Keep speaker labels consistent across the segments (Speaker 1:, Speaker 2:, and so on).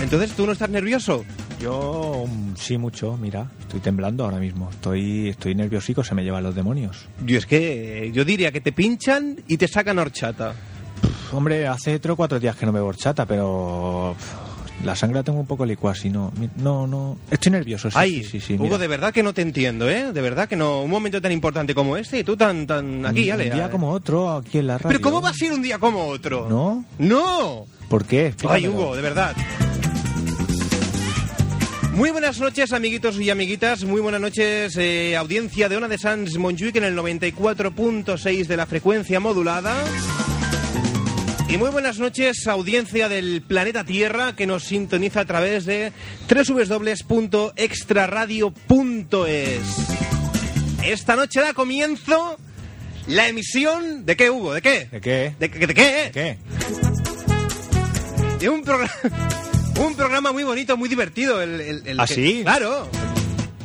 Speaker 1: Entonces, ¿tú no estás nervioso?
Speaker 2: Yo mm, sí mucho, mira, estoy temblando ahora mismo, estoy, estoy nerviosico, se me llevan los demonios.
Speaker 1: Yo es que eh, yo diría que te pinchan y te sacan horchata.
Speaker 2: Pff, hombre, hace tres o cuatro días que no bebo horchata, pero pff, la sangre la tengo un poco licuada, si no, mi- no, no, estoy nervioso, sí,
Speaker 1: Ay,
Speaker 2: sí, sí, sí,
Speaker 1: Hugo,
Speaker 2: mira.
Speaker 1: de verdad que no te entiendo, ¿eh? De verdad que no. Un momento tan importante como este y tú tan, tan aquí,
Speaker 2: un,
Speaker 1: Ale.
Speaker 2: un día
Speaker 1: eh.
Speaker 2: como otro, aquí en la radio.
Speaker 1: Pero ¿cómo va a ser un día como otro?
Speaker 2: ¿No?
Speaker 1: ¡No!
Speaker 2: ¿Por qué?
Speaker 1: Ay,
Speaker 2: Explícamelo.
Speaker 1: Hugo, de verdad. Muy buenas noches, amiguitos y amiguitas. Muy buenas noches, eh, audiencia de Ona de Sans Montjuic en el 94.6 de la frecuencia modulada. Y muy buenas noches, audiencia del planeta Tierra que nos sintoniza a través de www.extraradio.es. Esta noche da comienzo la emisión. ¿De qué, Hugo? ¿De qué?
Speaker 2: ¿De qué?
Speaker 1: ¿De, qué? de qué?
Speaker 2: ¿De qué?
Speaker 1: Es un programa, un programa muy bonito, muy divertido. El, el- el
Speaker 2: ¿Ah,
Speaker 1: que-
Speaker 2: sí?
Speaker 1: Claro,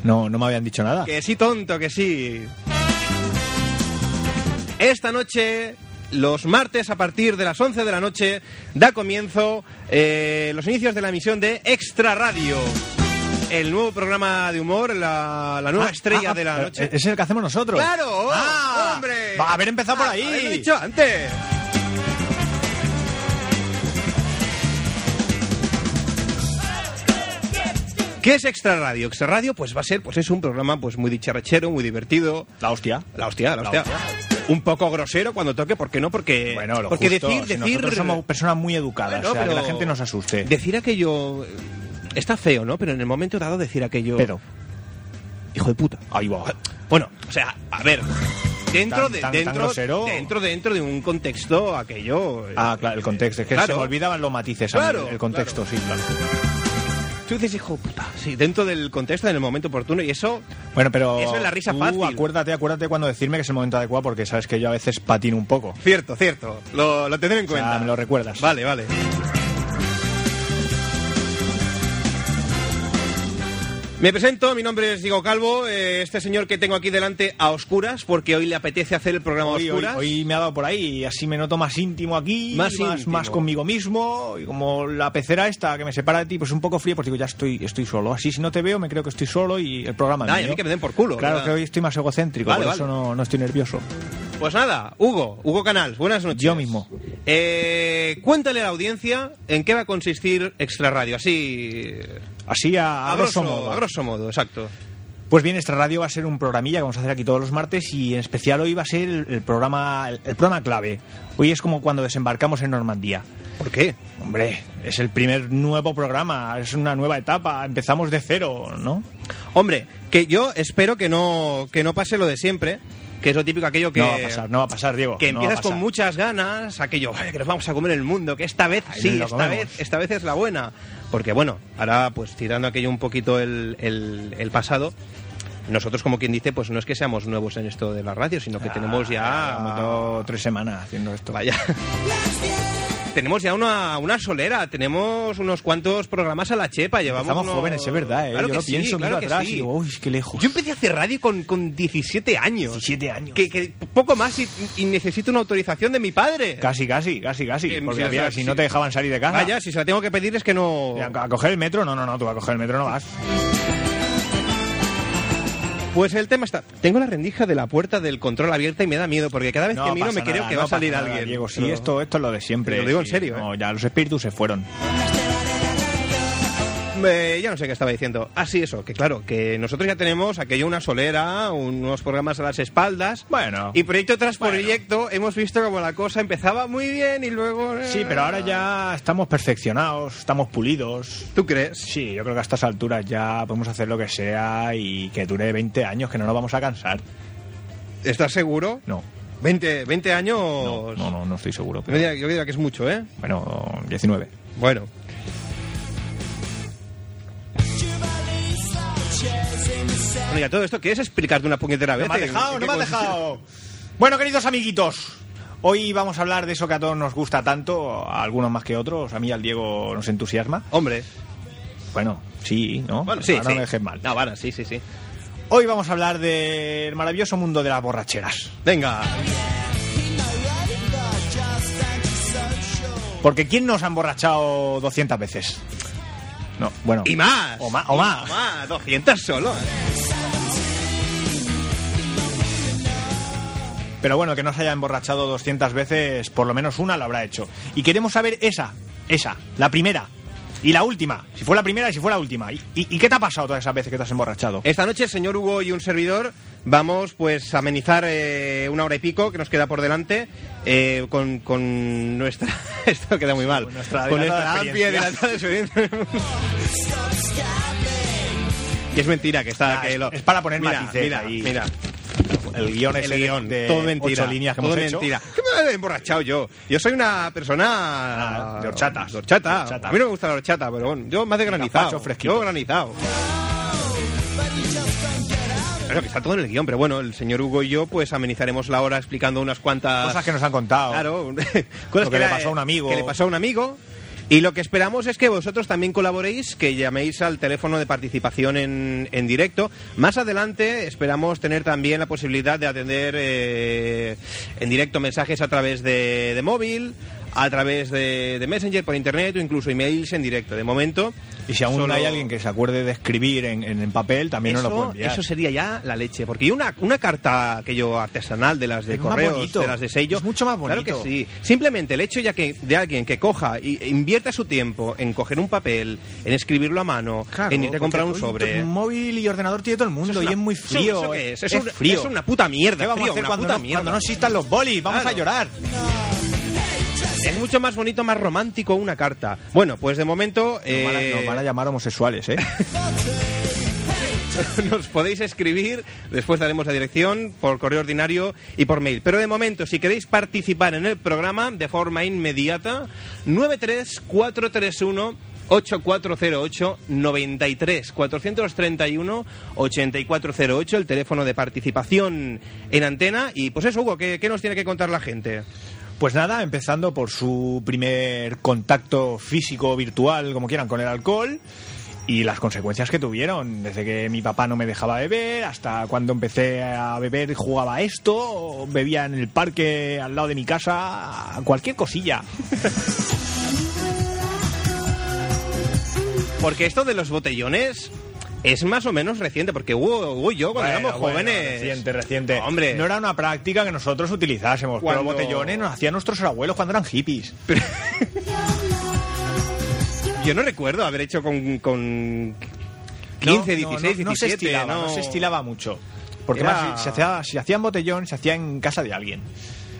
Speaker 2: No, no me habían dicho nada.
Speaker 1: que sí, tonto, que sí. Esta noche, los martes a partir de las 11 de la noche, da comienzo eh, los inicios de la emisión de Extra Radio. El nuevo programa de humor, la, la nueva
Speaker 2: Ah,
Speaker 1: estrella
Speaker 2: ah,
Speaker 1: de la
Speaker 2: pero
Speaker 1: noche.
Speaker 2: Es el que hacemos nosotros.
Speaker 1: ¡Claro!
Speaker 2: Ah,
Speaker 1: ¡Hombre!
Speaker 2: Va a haber empezado por
Speaker 1: Ah,
Speaker 2: ahí.
Speaker 1: haberlo dicho antes! ¿Qué es Extra Radio? Extra Radio pues va a ser pues es un programa pues muy dicharachero, muy divertido.
Speaker 2: La hostia.
Speaker 1: La hostia, la
Speaker 2: La
Speaker 1: hostia. Un poco grosero cuando toque, ¿por qué no? Porque
Speaker 2: Bueno, lo
Speaker 1: Eh, porque
Speaker 2: justo,
Speaker 1: decir
Speaker 2: si
Speaker 1: decir
Speaker 2: Nosotros somos personas muy educadas,
Speaker 1: Bueno,
Speaker 2: o sea, que
Speaker 1: pero-
Speaker 2: la gente nos asuste.
Speaker 1: decir aquello eh, está feo, ¿no? Pero en el momento dado decir aquello
Speaker 2: Pero,
Speaker 1: hijo de puta.
Speaker 2: ahí va.
Speaker 1: Bueno, o sea, a ver. Dentro,
Speaker 2: Tan-
Speaker 1: de,
Speaker 2: tan- tan
Speaker 1: dentro,
Speaker 2: grosero.
Speaker 1: dentro, dentro de un contexto aquello. eh,
Speaker 2: Ah, claro, el contexto. Es que
Speaker 1: Claro.
Speaker 2: se me olvidaban los matices. a mí,
Speaker 1: Claro,
Speaker 2: el contexto, sí, claro.
Speaker 1: Tú dices, hijo de puta. Sí, dentro del contexto, en el momento oportuno. Y eso,
Speaker 2: Bueno, pero.
Speaker 1: Eso es la risa
Speaker 2: tú
Speaker 1: fácil.
Speaker 2: Acuérdate, acuérdate cuando decirme que es el momento adecuado, porque sabes que yo a veces patino un poco.
Speaker 1: cierto, cierto. Lo, lo tendré en
Speaker 2: O sea,
Speaker 1: cuenta.
Speaker 2: me lo recuerdas.
Speaker 1: Vale, vale. Me presento, mi nombre es Diego Calvo, eh, este señor que tengo aquí delante a oscuras, porque hoy le apetece hacer el programa
Speaker 2: Hoy,
Speaker 1: a
Speaker 2: hoy-
Speaker 1: oscuras.
Speaker 2: hoy me ha dado por ahí y así me noto más íntimo aquí,
Speaker 1: Más
Speaker 2: más, más,
Speaker 1: íntimo.
Speaker 2: conmigo mismo. Y como la pecera esta que me separa de ti, pues un poco fría, pues digo, ya estoy, estoy solo. Así si no te veo, me creo que estoy solo y el programa. es
Speaker 1: Ay, a
Speaker 2: mío.
Speaker 1: mí que me den por culo,
Speaker 2: Claro
Speaker 1: ¿verdad?
Speaker 2: que hoy estoy más egocéntrico,
Speaker 1: Vale,
Speaker 2: por
Speaker 1: vale.
Speaker 2: eso no, no estoy nervioso.
Speaker 1: Pues nada, Hugo, Hugo Canals, buenas noches.
Speaker 2: Yo mismo.
Speaker 1: Eh, cuéntale a la audiencia en qué va a consistir Extra Radio, así.
Speaker 2: Así a, a grosso modo.
Speaker 1: a grosso modo, exacto.
Speaker 2: Pues bien, esta radio va a ser un programilla que vamos a hacer aquí todos los martes y en especial hoy va a ser el, el programa el, el programa clave. Hoy es como cuando desembarcamos en Normandía.
Speaker 1: ¿Por qué?
Speaker 2: Hombre, es el primer nuevo programa, es una nueva etapa, empezamos de cero, ¿no?
Speaker 1: Hombre, que yo espero que no, que no pase lo de siempre, que es lo típico aquello que.
Speaker 2: No va a pasar, no va a pasar, Diego.
Speaker 1: Que
Speaker 2: no va a
Speaker 1: empiezas con
Speaker 2: pasar.
Speaker 1: muchas ganas, aquello "Ay, que nos vamos a comer el mundo, que esta vez
Speaker 2: Ahí
Speaker 1: sí,
Speaker 2: nos lo
Speaker 1: esta
Speaker 2: comemos.
Speaker 1: vez, esta vez es la buena. Porque bueno, ahora pues tirando aquello un poquito el, el- el pasado, nosotros como quien dice, pues no es que seamos nuevos en esto de la radio, sino que tenemos ya...
Speaker 2: Ah, llevamos tres semanas haciendo esto.
Speaker 1: Vaya. tenemos ya una, una solera, tenemos unos cuantos programas a la chepa, llevamos...
Speaker 2: Estamos
Speaker 1: unos-
Speaker 2: jóvenes, es verdad, ¿eh?
Speaker 1: Claro
Speaker 2: Yo
Speaker 1: que
Speaker 2: lo
Speaker 1: sí,
Speaker 2: pienso,
Speaker 1: claro
Speaker 2: miro
Speaker 1: que
Speaker 2: atrás
Speaker 1: sí.
Speaker 2: y digo, uy, qué lejos.
Speaker 1: Yo empecé a hacer radio con, con 17 años.
Speaker 2: 17 años.
Speaker 1: Que, que poco más y, y necesito una autorización de mi padre.
Speaker 2: Casi, casi, casi, casi.
Speaker 1: Que-
Speaker 2: porque
Speaker 1: sí,
Speaker 2: había-
Speaker 1: Eh, o sea,
Speaker 2: si
Speaker 1: sí.
Speaker 2: no te dejaban salir de casa.
Speaker 1: Vaya, si se la tengo que pedir es que no...
Speaker 2: A coger el metro, no, no, no, tú a coger el metro no vas.
Speaker 1: Pues el tema está... Tengo la rendija de la puerta del control abierta y me da miedo porque cada vez que miro
Speaker 2: pasa
Speaker 1: me creo
Speaker 2: nada,
Speaker 1: que
Speaker 2: no
Speaker 1: va a
Speaker 2: pasa
Speaker 1: salir
Speaker 2: nada,
Speaker 1: alguien.
Speaker 2: Diego, sí,
Speaker 1: Pero-
Speaker 2: esto, esto es lo de siempre.
Speaker 1: Te lo digo en
Speaker 2: sí.
Speaker 1: serio, ¿eh?
Speaker 2: No, ya los espíritus se fueron.
Speaker 1: Eh, ya no sé qué estaba diciendo. Ah, sí, eso, que claro, que nosotros ya tenemos aquello una solera, unos programas a las espaldas.
Speaker 2: Bueno.
Speaker 1: Y proyecto tras
Speaker 2: Bueno.
Speaker 1: proyecto hemos visto como la cosa empezaba muy bien y luego... eh,
Speaker 2: Sí, pero ahora ya estamos perfeccionados, estamos pulidos.
Speaker 1: ¿Tú crees?
Speaker 2: Sí, yo creo que a estas alturas ya podemos hacer lo que sea y que dure 20 años, que no nos vamos a cansar.
Speaker 1: ¿Estás seguro?
Speaker 2: No,
Speaker 1: 20, 20 años...
Speaker 2: no, no, no, no estoy seguro.
Speaker 1: Yo
Speaker 2: pero-
Speaker 1: diría, yo diría que es mucho, ¿eh?
Speaker 2: Bueno, 19.
Speaker 1: Bueno. Bueno, y a todo esto, ¿quieres explicar de una puñetera vez?
Speaker 2: No me has
Speaker 1: en-
Speaker 2: dejado,
Speaker 1: en
Speaker 2: no
Speaker 1: qué
Speaker 2: me has
Speaker 1: consiste?
Speaker 2: dejado. Bueno, queridos amiguitos, hoy vamos a hablar de eso que a todos nos gusta tanto, a algunos más que otros, a mí y al Diego nos entusiasma.
Speaker 1: Hombre.
Speaker 2: Bueno, sí, ¿no?
Speaker 1: Bueno, sí,
Speaker 2: Ahora
Speaker 1: sí.
Speaker 2: no me dejes mal.
Speaker 1: No, bueno, sí, sí, sí.
Speaker 2: Hoy vamos a hablar del maravilloso mundo de las borracheras.
Speaker 1: Venga.
Speaker 2: Porque ¿quién nos ha emborrachado 200 veces? No, bueno.
Speaker 1: Y más.
Speaker 2: O más, o más.
Speaker 1: Y más, 200 solo. ¿eh?
Speaker 2: Pero bueno, que no se haya emborrachado 200 veces, por lo menos una lo habrá hecho. Y queremos saber esa, esa, la primera. Y la última, si fue la primera y si fue la última. ¿Y, y- y qué te ha pasado todas esas veces que te has emborrachado?
Speaker 1: Esta noche, el señor Hugo y un servidor vamos pues a amenizar eh, una hora y pico que nos queda por delante eh, con, con nuestra... Esto queda muy mal.
Speaker 2: Con nuestra
Speaker 1: con
Speaker 2: dilatada
Speaker 1: nuestra amplia y
Speaker 2: experiencia.
Speaker 1: dilatada experiencia. que es mentira, que está...
Speaker 2: Ah,
Speaker 1: que
Speaker 2: es-
Speaker 1: lo-
Speaker 2: es para poner
Speaker 1: mira,
Speaker 2: matices
Speaker 1: Mira,
Speaker 2: ahí.
Speaker 1: mira.
Speaker 2: El guión es
Speaker 1: el guión,
Speaker 2: de
Speaker 1: todo mentira.
Speaker 2: este ocho líneas que
Speaker 1: todo
Speaker 2: hemos hecho.
Speaker 1: mentira. ¿Qué me he emborrachado yo? Yo soy una persona.
Speaker 2: Ah, de horchatas.
Speaker 1: De horchata.
Speaker 2: De horchata.
Speaker 1: A mí no me gusta la horchata, pero bueno, yo más de granizado.
Speaker 2: gazpacho fresquito.
Speaker 1: Yo granizado. Claro, que está todo en el guión, pero bueno, el señor Hugo y yo pues amenizaremos la hora explicando unas cuantas
Speaker 2: Cosas que nos han contado.
Speaker 1: Claro, cosas
Speaker 2: que le pasó a un amigo.
Speaker 1: Que le pasó a un amigo. Y lo que esperamos es que vosotros también colaboréis, que llaméis al teléfono de participación en, en directo. Más adelante esperamos tener también la posibilidad de atender eh, en directo mensajes a través de, de móvil, a través de, de Messenger, por internet o incluso emails en directo. De momento.
Speaker 2: Y si aún
Speaker 1: solo-
Speaker 2: hay alguien que se acuerde de escribir en, en- en papel, también
Speaker 1: eso,
Speaker 2: nos lo puede enviar.
Speaker 1: eso sería ya la leche. Porque yo una, una carta que yo artesanal de las de
Speaker 2: Es más
Speaker 1: correos,
Speaker 2: bonito.
Speaker 1: de las de sello.
Speaker 2: Es mucho más
Speaker 1: Claro
Speaker 2: bonito.
Speaker 1: que sí. Simplemente el hecho ya que de alguien que coja y e invierta su tiempo en coger un papel, en escribirlo a mano,
Speaker 2: Claro,
Speaker 1: en irte a comprar un
Speaker 2: porque
Speaker 1: sobre.
Speaker 2: Móvil y ordenador tiene todo el mundo
Speaker 1: Eso
Speaker 2: y
Speaker 1: una-
Speaker 2: es muy
Speaker 1: eso-
Speaker 2: frío. eh.
Speaker 1: ¿eso qué es? Es un-
Speaker 2: frío.
Speaker 1: es una puta mierda,
Speaker 2: ¿Qué vamos
Speaker 1: frío,
Speaker 2: a hacer
Speaker 1: una
Speaker 2: cuando
Speaker 1: puta
Speaker 2: no,
Speaker 1: mierda.
Speaker 2: cuando no existan los bolis? Vamos
Speaker 1: Claro.
Speaker 2: a llorar.
Speaker 1: Es mucho más bonito, más romántico una carta. Bueno, pues de momento.
Speaker 2: Nos van,
Speaker 1: eh,
Speaker 2: a, nos van a llamar homosexuales, ¿eh?
Speaker 1: Nos podéis escribir, después daremos la dirección por correo ordinario y por mail. Pero de momento, si queréis participar en el programa de forma inmediata, 93431 8408 93 431 8408 el teléfono de participación en antena y pues eso Hugo ¿qué, qué nos tiene que contar la gente
Speaker 2: Pues nada, empezando por su primer contacto físico, virtual, como quieran, con el alcohol y las consecuencias que tuvieron, desde que mi papá no me dejaba beber, hasta cuando empecé a beber jugaba a esto, o bebía en el parque al lado de mi casa, cualquier cosilla.
Speaker 1: porque esto de los botellones es más o menos reciente porque Hugo, Hugo y yo cuando
Speaker 2: Bueno,
Speaker 1: éramos
Speaker 2: bueno,
Speaker 1: jóvenes
Speaker 2: reciente, reciente.
Speaker 1: hombre
Speaker 2: No era una práctica que nosotros utilizásemos,
Speaker 1: Cuando-
Speaker 2: pero botellones nos hacían nuestros abuelos cuando eran hippies.
Speaker 1: Yo no recuerdo haber hecho con, con 15, 16,
Speaker 2: No,
Speaker 1: 17.
Speaker 2: no, no, no se estilaba, no se estilaba mucho. Porque
Speaker 1: Era-
Speaker 2: más, si, se hacía, si hacían botellón, se hacía en casa de alguien.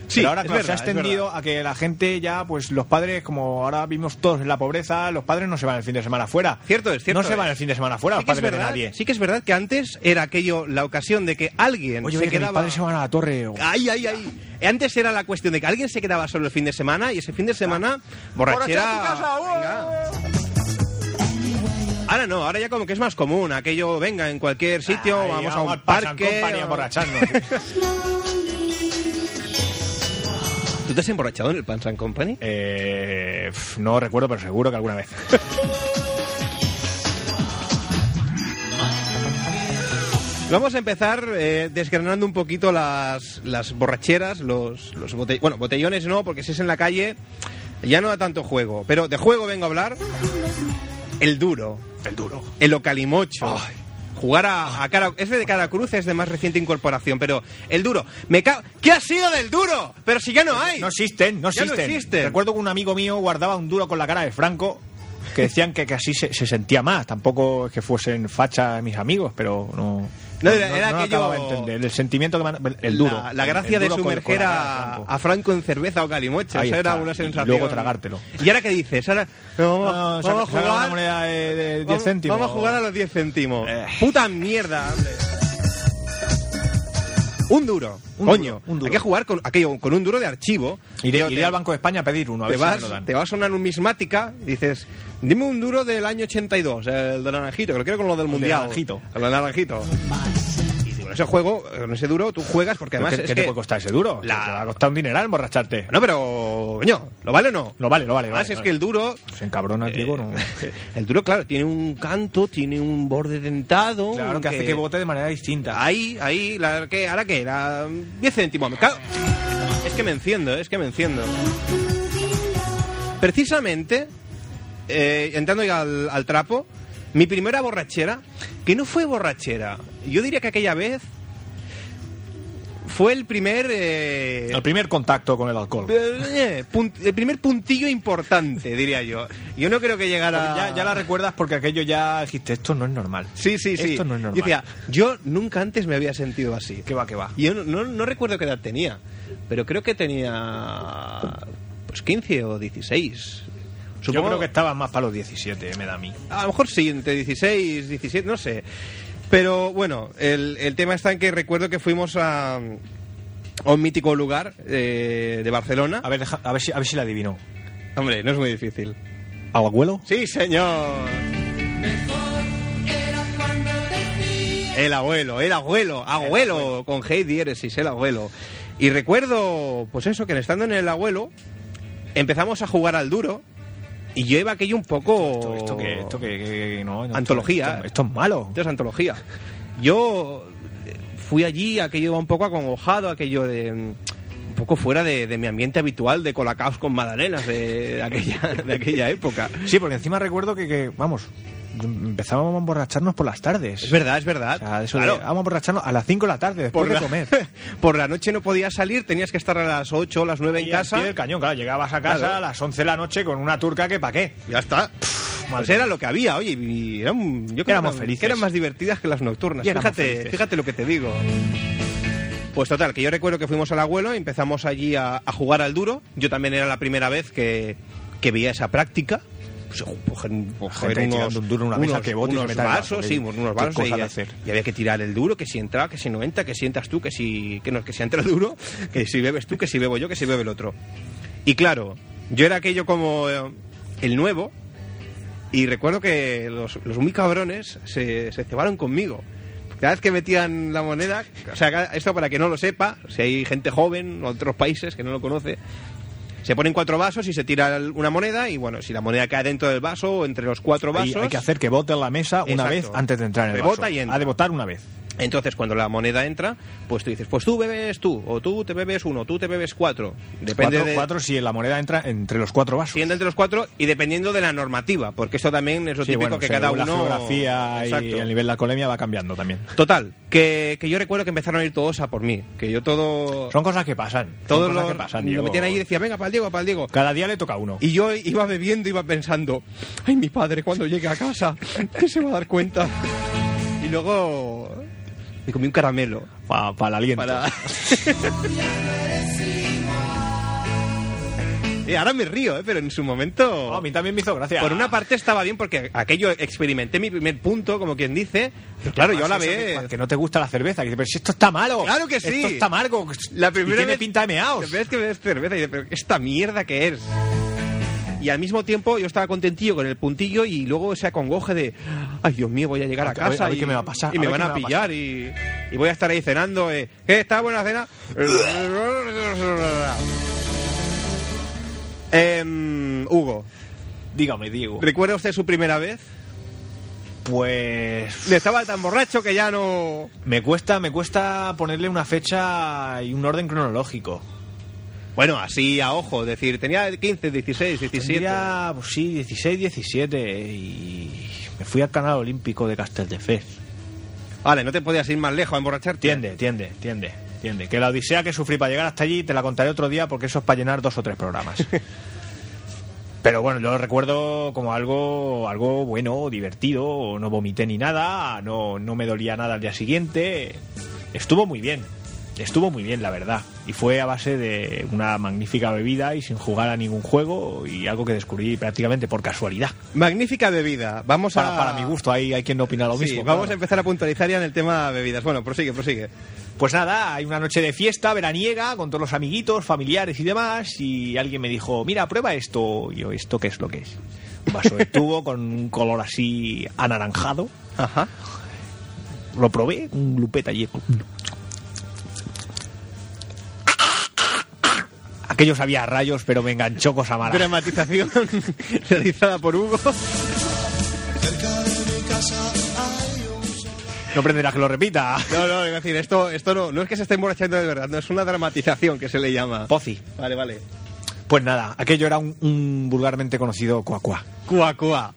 Speaker 1: Sí,
Speaker 2: Pero ahora
Speaker 1: es
Speaker 2: claro,
Speaker 1: verdad,
Speaker 2: se ha
Speaker 1: es
Speaker 2: extendido a que la gente ya, pues los padres, como ahora vimos todos en la pobreza, los padres no se van el fin de semana afuera.
Speaker 1: Cierto es, cierto
Speaker 2: No se
Speaker 1: es.
Speaker 2: van el fin de semana afuera
Speaker 1: Sí
Speaker 2: los
Speaker 1: que, es
Speaker 2: padres de
Speaker 1: verdad,
Speaker 2: nadie.
Speaker 1: sí que es verdad que antes era aquello la ocasión de que alguien
Speaker 2: Oye,
Speaker 1: se
Speaker 2: oye, que mis
Speaker 1: quedaba.
Speaker 2: padres se van a la torre. o-
Speaker 1: Ay, ay, ay. Antes era la cuestión de que alguien se quedaba solo el fin de semana y ese fin de semana borrachera.
Speaker 2: Borrachera a tu
Speaker 1: ¡oh!
Speaker 2: casa,
Speaker 1: Venga. Ahora no, ahora ya como que es más común aquello, venga, en cualquier sitio,
Speaker 2: Ahí,
Speaker 1: vamos a un
Speaker 2: al Pasan
Speaker 1: parque.
Speaker 2: Company a
Speaker 1: o-
Speaker 2: emborracharnos.
Speaker 1: ¿Tú te has emborrachado en el Pans and Company?
Speaker 2: Eh, pf, no recuerdo, pero seguro que alguna vez.
Speaker 1: Vamos a empezar eh, desgranando un poquito las, las borracheras, los, los bote- bueno, botellones no, porque si es en la calle ya no da tanto juego, pero de juego vengo a hablar el duro,
Speaker 2: El duro.
Speaker 1: el ocalimocho. Jugar a, a cara... Es de cara cruz, es de más reciente incorporación, pero el duro... Me ca- ¿Qué ha sido del duro? Pero si ya no hay.
Speaker 2: No existen, no
Speaker 1: Ya no
Speaker 2: existen.
Speaker 1: existen.
Speaker 2: Recuerdo que un amigo mío guardaba un duro con la cara de Franco, que decían que, que así se, se sentía más. Tampoco es que fuesen fachas mis amigos, pero no.
Speaker 1: No, era- era
Speaker 2: lo acababa de
Speaker 1: aquello-
Speaker 2: entender. El sentimiento que man- El duro.
Speaker 1: La, la
Speaker 2: El-
Speaker 1: gracia
Speaker 2: el
Speaker 1: de
Speaker 2: duro con- con
Speaker 1: sumerger
Speaker 2: la cara de
Speaker 1: a,
Speaker 2: Franco.
Speaker 1: a Franco en cerveza o calimocho.
Speaker 2: Ahí
Speaker 1: Eso era
Speaker 2: está.
Speaker 1: una
Speaker 2: Y
Speaker 1: sensación.
Speaker 2: luego tragártelo.
Speaker 1: ¿Y ahora qué dices? Ahora. no,
Speaker 2: No,
Speaker 1: vamos,
Speaker 2: saca-
Speaker 1: vamos a
Speaker 2: saca una
Speaker 1: jugar.
Speaker 2: moneda de, de 10
Speaker 1: Vamos-
Speaker 2: céntimos.
Speaker 1: Vamos a jugar a los 10 céntimos.
Speaker 2: Eh.
Speaker 1: Puta mierda, hombre. Un duro,
Speaker 2: Un
Speaker 1: coño.
Speaker 2: duro, un duro.
Speaker 1: Hay que jugar con, aquello, con un duro de archivo.
Speaker 2: Iré,
Speaker 1: Yo
Speaker 2: iré
Speaker 1: te-
Speaker 2: al Banco de España a pedir uno, a
Speaker 1: te,
Speaker 2: ver si me
Speaker 1: vas,
Speaker 2: lo dan.
Speaker 1: te va a sonar un mismática y dices, dime un duro del año 82, el de Naranjito, que lo quiero con lo del
Speaker 2: de
Speaker 1: Mundial.
Speaker 2: Naranjito.
Speaker 1: El de Naranjito. Y con ese juego, con ese duro, tú juegas porque
Speaker 2: ¿Pero
Speaker 1: además
Speaker 2: ¿Qué,
Speaker 1: es
Speaker 2: qué
Speaker 1: que-
Speaker 2: te puede costar ese duro?
Speaker 1: La-
Speaker 2: Te va a costar un dineral emborracharte.
Speaker 1: No, pero, coño, ¿lo vale o no?
Speaker 2: No vale, no vale.
Speaker 1: Además
Speaker 2: vale,
Speaker 1: es
Speaker 2: vale.
Speaker 1: que el duro...
Speaker 2: Se encabrona, Diego. no.
Speaker 1: El duro, claro, tiene un canto, tiene un borde dentado.
Speaker 2: Claro, que hace que vote de manera distinta.
Speaker 1: Ahí, ahí, la, ¿qué? ¿ahora qué? La, 10 céntimos. Claro. Es que me enciendo, es que me enciendo. Precisamente eh, entrando ya al, al trapo, mi primera borrachera, que no fue borrachera, yo diría que aquella vez fue el primer... eh,
Speaker 2: El primer contacto con el alcohol.
Speaker 1: eh, punt- el primer puntillo importante, diría yo. Yo no creo que llegara...
Speaker 2: Ya, ya la recuerdas porque aquello ya dijiste, esto no es normal.
Speaker 1: Sí, sí, sí.
Speaker 2: Esto no es normal.
Speaker 1: Yo decía, yo nunca antes me había sentido así.
Speaker 2: Que va, que va.
Speaker 1: Yo no, no- no recuerdo qué edad tenía, pero creo que tenía pues 15 o 16.
Speaker 2: Yo creo que estabas más para los 17, me da a mí.
Speaker 1: A lo mejor sí, entre 16, 17, no sé. Pero bueno, el, el tema está en que recuerdo que fuimos a, a un mítico lugar eh, de Barcelona.
Speaker 2: A ver, deja- a ver, si, a ver si la adivino.
Speaker 1: Hombre, no es muy difícil.
Speaker 2: ¿Al abuelo?
Speaker 1: Sí, señor. El abuelo, el abuelo, abuelo, con Hey diéresis, el abuelo. Y recuerdo, pues eso, que estando en el abuelo, empezamos a jugar al duro y yo iba aquello un poco...
Speaker 2: Esto, esto que, esto que- que- que no, no,
Speaker 1: Antología,
Speaker 2: Esto,
Speaker 1: eh.
Speaker 2: esto es malo.
Speaker 1: Esto es antología. Yo eh, fui allí, aquello va un poco acongojado, aquello de mm, un poco fuera de, de mi ambiente habitual de colacaos con magdalenas de, de aquella, de aquella época.
Speaker 2: Sí, porque encima recuerdo que, que, vamos, empezábamos a emborracharnos por las tardes.
Speaker 1: Es verdad, es
Speaker 2: O
Speaker 1: verdad.
Speaker 2: sea, eso de,
Speaker 1: Claro,
Speaker 2: vamos a emborracharnos a las 5 de la tarde después de comer.
Speaker 1: por la noche no podías salir, tenías que estar a las 8 o las 9 en
Speaker 2: Y al
Speaker 1: casa.
Speaker 2: pie del cañón, claro, llegabas a casa
Speaker 1: Claro.
Speaker 2: a las 11 de la noche con una turca que pa' qué.
Speaker 1: Ya está. Pues
Speaker 2: madre.
Speaker 1: era lo que había, oye, y era un- yo creo que
Speaker 2: Éramos
Speaker 1: eran-
Speaker 2: felices.
Speaker 1: que eran más divertidas que las nocturnas.
Speaker 2: Y éramos
Speaker 1: Fíjate,
Speaker 2: felices.
Speaker 1: fíjate lo que te digo. Pues total, que yo recuerdo que fuimos al abuelo, empezamos allí a, a jugar al duro. Yo también era la primera vez que, que veía esa práctica. Pues, jo- pues, gen- pues,
Speaker 2: Gente
Speaker 1: joder,
Speaker 2: tirando un duro en una mesa
Speaker 1: unos-
Speaker 2: que bote y
Speaker 1: unos
Speaker 2: que meta el vaso,
Speaker 1: vasos,
Speaker 2: que-
Speaker 1: sí, unos
Speaker 2: qué
Speaker 1: vasos.
Speaker 2: cosa
Speaker 1: y,
Speaker 2: de hacer.
Speaker 1: y había que tirar el duro, que si entraba, que si no entra, que si entras tú, que si, que no, que si entra el duro, que si bebes tú, que si bebo yo, que si bebe el otro. Y claro, yo era aquello como eh, el nuevo, y recuerdo que los, los muy cabrones se, se cebaron conmigo. Cada vez que metían la moneda, o sea, cada- esto para que no lo sepa, si hay gente joven, otros países que no lo conoce, se ponen cuatro vasos y se tira el- una moneda y bueno, si la moneda cae dentro del vaso o entre los cuatro
Speaker 2: Hay,
Speaker 1: vasos,
Speaker 2: hay que hacer que bote en la mesa una
Speaker 1: Exacto.
Speaker 2: vez antes de entrar en el
Speaker 1: Rebota
Speaker 2: vaso.
Speaker 1: y entra.
Speaker 2: Ha de votar una vez.
Speaker 1: entonces cuando la moneda entra, pues tú dices, pues tú bebes tú, o tú te bebes uno, tú te bebes cuatro. Depende
Speaker 2: cuatro,
Speaker 1: de...
Speaker 2: cuatro si la moneda entra entre los cuatro vasos.
Speaker 1: siendo entre los cuatro y dependiendo de la normativa, porque esto también es lo
Speaker 2: Sí,
Speaker 1: típico
Speaker 2: bueno,
Speaker 1: que
Speaker 2: según
Speaker 1: cada uno...
Speaker 2: la geografía y
Speaker 1: Exacto.
Speaker 2: el nivel de alcoholemia va cambiando también.
Speaker 1: Total, que, que yo recuerdo que empezaron a ir todos a por mí, que yo todo...
Speaker 2: Son cosas que pasan. son
Speaker 1: todos
Speaker 2: cosas
Speaker 1: los,
Speaker 2: que pasan,
Speaker 1: Oh. lo
Speaker 2: Diego.
Speaker 1: metían ahí y decía, venga, para el Diego, para el Diego.
Speaker 2: Cada día le toca uno.
Speaker 1: Y yo iba bebiendo, iba pensando, ay, mi padre, cuando llegue a casa, ¿qué se va a dar cuenta? Y luego me comí un caramelo
Speaker 2: Para el aliento.
Speaker 1: para... Y ahora me río, ¿eh? pero en su momento...
Speaker 2: Oh, a mí también me hizo gracia.
Speaker 1: Por una parte estaba bien porque aquello experimenté mi primer punto, como quien dice. Pero claro, yo a la
Speaker 2: Eso que-
Speaker 1: vez...
Speaker 2: Que, no te gusta la cerveza. Que dices, pero si esto está malo.
Speaker 1: Claro que sí.
Speaker 2: Esto está amargo.
Speaker 1: La
Speaker 2: y
Speaker 1: primera
Speaker 2: tiene
Speaker 1: vez-
Speaker 2: pinta de meaos.
Speaker 1: La primera vez que ves cerveza y dices, pero esta mierda que es. Y al mismo tiempo yo estaba contentillo con el puntillo y luego ese acongoje de, ay Dios mío, voy a llegar a,
Speaker 2: A ver- a
Speaker 1: casa
Speaker 2: ver
Speaker 1: y,
Speaker 2: qué me va a pasar,
Speaker 1: y
Speaker 2: a
Speaker 1: me
Speaker 2: ver
Speaker 1: van
Speaker 2: qué
Speaker 1: a,
Speaker 2: me va a
Speaker 1: pillar y, y voy a estar ahí cenando. Eh, ¿Qué? ¿Está buena cena? Em, Hugo,
Speaker 2: Dígame, Diego.
Speaker 1: ¿recuerda usted su primera vez?
Speaker 2: Pues
Speaker 1: Le estaba tan borracho que ya no...
Speaker 2: me cuesta, me cuesta ponerle una fecha y un orden cronológico.
Speaker 1: Bueno, así a ojo, decir, tenía 15, 16, 17...
Speaker 2: Tendría, pues sí, 16, 17 y me fui al canal olímpico de Castelldefels.
Speaker 1: Vale, no te podías ir más lejos a emborracharte.
Speaker 2: Tiende, tiende, tiende, tiende. Que la odisea que sufrí para llegar hasta allí te la contaré otro día porque eso es para llenar dos o tres programas. Pero bueno, yo lo recuerdo como algo, algo bueno, divertido, no vomité ni nada, no, no me dolía nada al día siguiente. Estuvo muy bien, estuvo muy bien, la verdad. Y fue a base de una magnífica bebida y sin jugar a ningún juego y algo que descubrí prácticamente por casualidad.
Speaker 1: Magnífica bebida. Vamos a...
Speaker 2: Para, para mi gusto, ahí hay quien no opina lo
Speaker 1: Sí,
Speaker 2: mismo.
Speaker 1: vamos a
Speaker 2: claro.
Speaker 1: empezar a puntualizar ya en el tema de bebidas. Bueno, prosigue, prosigue.
Speaker 2: Pues nada, hay una noche de fiesta veraniega con todos los amiguitos, familiares y demás, y alguien me dijo, mira, prueba esto. Y yo, ¿esto qué es lo que es? Un vaso de tubo con un color así anaranjado.
Speaker 1: Ajá.
Speaker 2: Lo probé, un lupeta allí. Aquello sabía a rayos, pero me enganchó cosa mala.
Speaker 1: Dramatización realizada por Hugo.
Speaker 2: No aprenderás que lo repita.
Speaker 1: No, no, es decir, esto, esto no, no es que se esté emborrachando de verdad, no es una dramatización que se le llama.
Speaker 2: Pozi.
Speaker 1: Vale, vale.
Speaker 2: Pues nada, aquello era un, un vulgarmente conocido cuacuá.
Speaker 1: Cuacuá.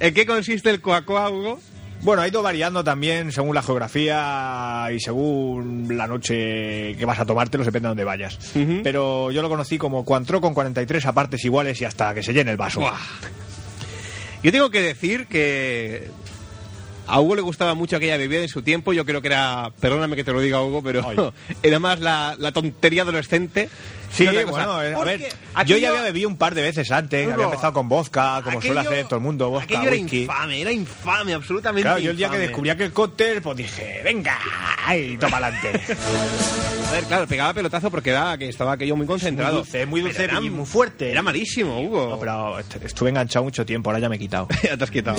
Speaker 1: ¿En qué consiste el cuacuá, Hugo?
Speaker 2: Bueno, ha ido variando también según la geografía y según la noche que vas a tomártelo, depende de dónde vayas.
Speaker 1: Ujú.
Speaker 2: Pero yo lo conocí como cuantro con 43 a partes iguales y hasta que se llene el vaso.
Speaker 1: Buah. Yo tengo que decir que a Hugo le gustaba mucho aquella bebida en su tiempo. Yo creo que era, perdóname que te lo diga Hugo, pero
Speaker 2: Ay.
Speaker 1: era más la, la tontería adolescente.
Speaker 2: Sí,
Speaker 1: que otra cosa.
Speaker 2: bueno, eh, a
Speaker 1: Porque
Speaker 2: ver, yo
Speaker 1: aquello-
Speaker 2: ya había bebido un par de veces antes,
Speaker 1: Hugo,
Speaker 2: había empezado con vodka, como suele
Speaker 1: aquello-
Speaker 2: hacer todo el mundo, vodka,
Speaker 1: aquello era
Speaker 2: whisky.
Speaker 1: infame, era infame, absolutamente
Speaker 2: Claro, yo el día que
Speaker 1: infame.
Speaker 2: descubrí aquel cóctel, pues dije, venga, ay, toma adelante.
Speaker 1: A ver, claro, pegaba pelotazo porque era que estaba aquello muy concentrado.
Speaker 2: dulce, muy dulce
Speaker 1: Pero
Speaker 2: y muy fuerte.
Speaker 1: Era malísimo, Hugo.
Speaker 2: No, pero est- estuve enganchado mucho tiempo, ahora ya me he quitado.
Speaker 1: Ya te has quitado.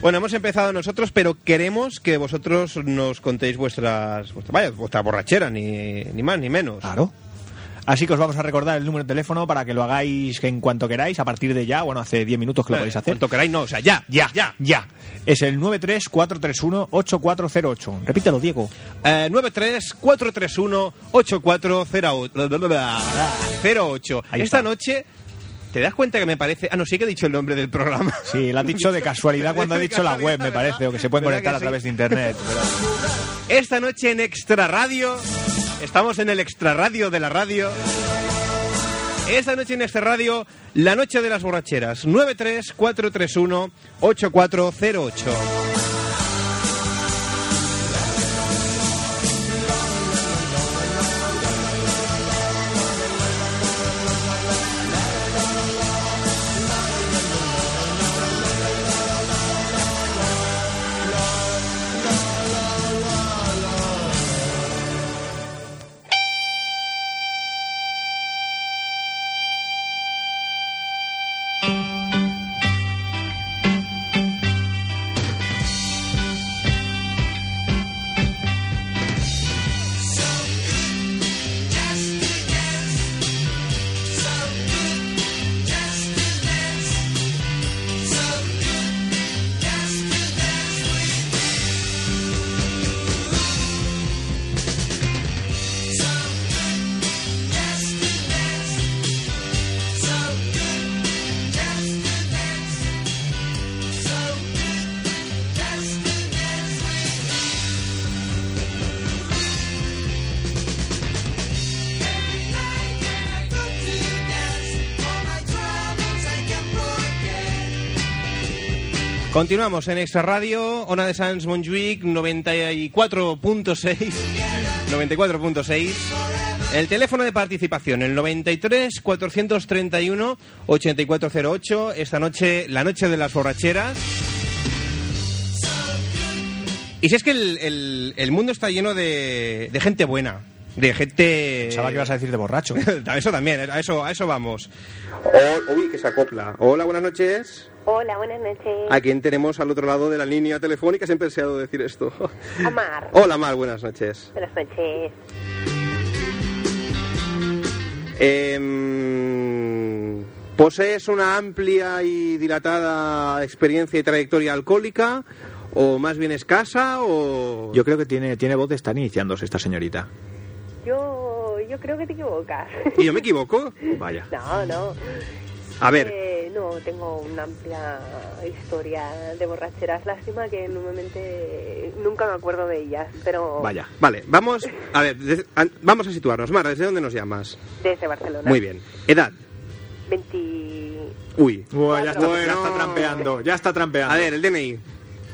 Speaker 1: Bueno, hemos empezado nosotros, pero queremos que vosotros nos contéis vuestras, vuestra, vaya, vuestra borrachera, ni, ni más ni menos.
Speaker 2: Claro. Así que os vamos a recordar el número de teléfono para que lo hagáis en cuanto queráis, a partir de ya, bueno, hace 10 minutos que lo podéis hacer.
Speaker 1: Eh, Cuanto queráis, no, o sea, ya,
Speaker 2: Eh, Ya,
Speaker 1: ya.
Speaker 2: ya. Es el 93431-8408. Repítelo, Diego.
Speaker 1: Eh, 93431-8408.
Speaker 2: Ahí
Speaker 1: Esta
Speaker 2: está.
Speaker 1: noche, ¿te das cuenta que me parece? Ah, no, sí que he dicho el nombre del programa.
Speaker 2: Sí, lo ha dicho de casualidad cuando ha
Speaker 1: De
Speaker 2: dicho la web, me
Speaker 1: casualidad,
Speaker 2: parece, o que se pueden
Speaker 1: ¿verdad?
Speaker 2: conectar
Speaker 1: ¿Verdad que
Speaker 2: a través
Speaker 1: sí?
Speaker 2: de internet.
Speaker 1: Esta noche en Extra Radio, estamos en el Extra Radio de la radio. Esta noche en Extra Radio, la noche de las borracheras, 93431-8408. Continuamos en Extra Radio, Ona de Sans Montjuic 94.6. 94.6. El teléfono de participación, el 93 431 8408. Esta noche, la noche de las borracheras. Y si es que el, el- el mundo está lleno de, de gente buena, de gente.
Speaker 2: Pensaba que ibas a decir de borracho.
Speaker 1: A eso también, a eso, a eso vamos. O- uy, que se acopla. Hola, buenas noches.
Speaker 3: Hola, buenas noches.
Speaker 1: ¿A quién tenemos al otro lado de la línea telefónica? Siempre he deseado decir esto.
Speaker 3: Amar.
Speaker 1: Hola, Mar, buenas noches.
Speaker 3: Buenas noches.
Speaker 1: Em, ¿Posees una amplia y dilatada experiencia y trayectoria alcohólica? ¿O más bien escasa? ¿O.?
Speaker 2: Yo creo que tiene, tiene voz de estar iniciándose esta señorita.
Speaker 3: Yo, yo creo que te equivocas.
Speaker 1: ¿Y yo me equivoco?
Speaker 2: Vaya.
Speaker 3: no, no.
Speaker 1: A ver.
Speaker 3: Eh, no, tengo una amplia historia de borracheras. Lástima que normalmente nunca me acuerdo de ellas, pero
Speaker 2: Vaya.
Speaker 1: Vale, vamos. A ver, des- an- vamos a situarnos. Mar, ¿desde dónde nos llamas?
Speaker 3: desde Barcelona.
Speaker 1: Muy bien. Edad.
Speaker 3: 20...
Speaker 1: Uy.
Speaker 2: Bueno, ya está,
Speaker 1: Bueno.
Speaker 2: ya está trampeando, ya está trampeando.
Speaker 1: A ver, el DNI.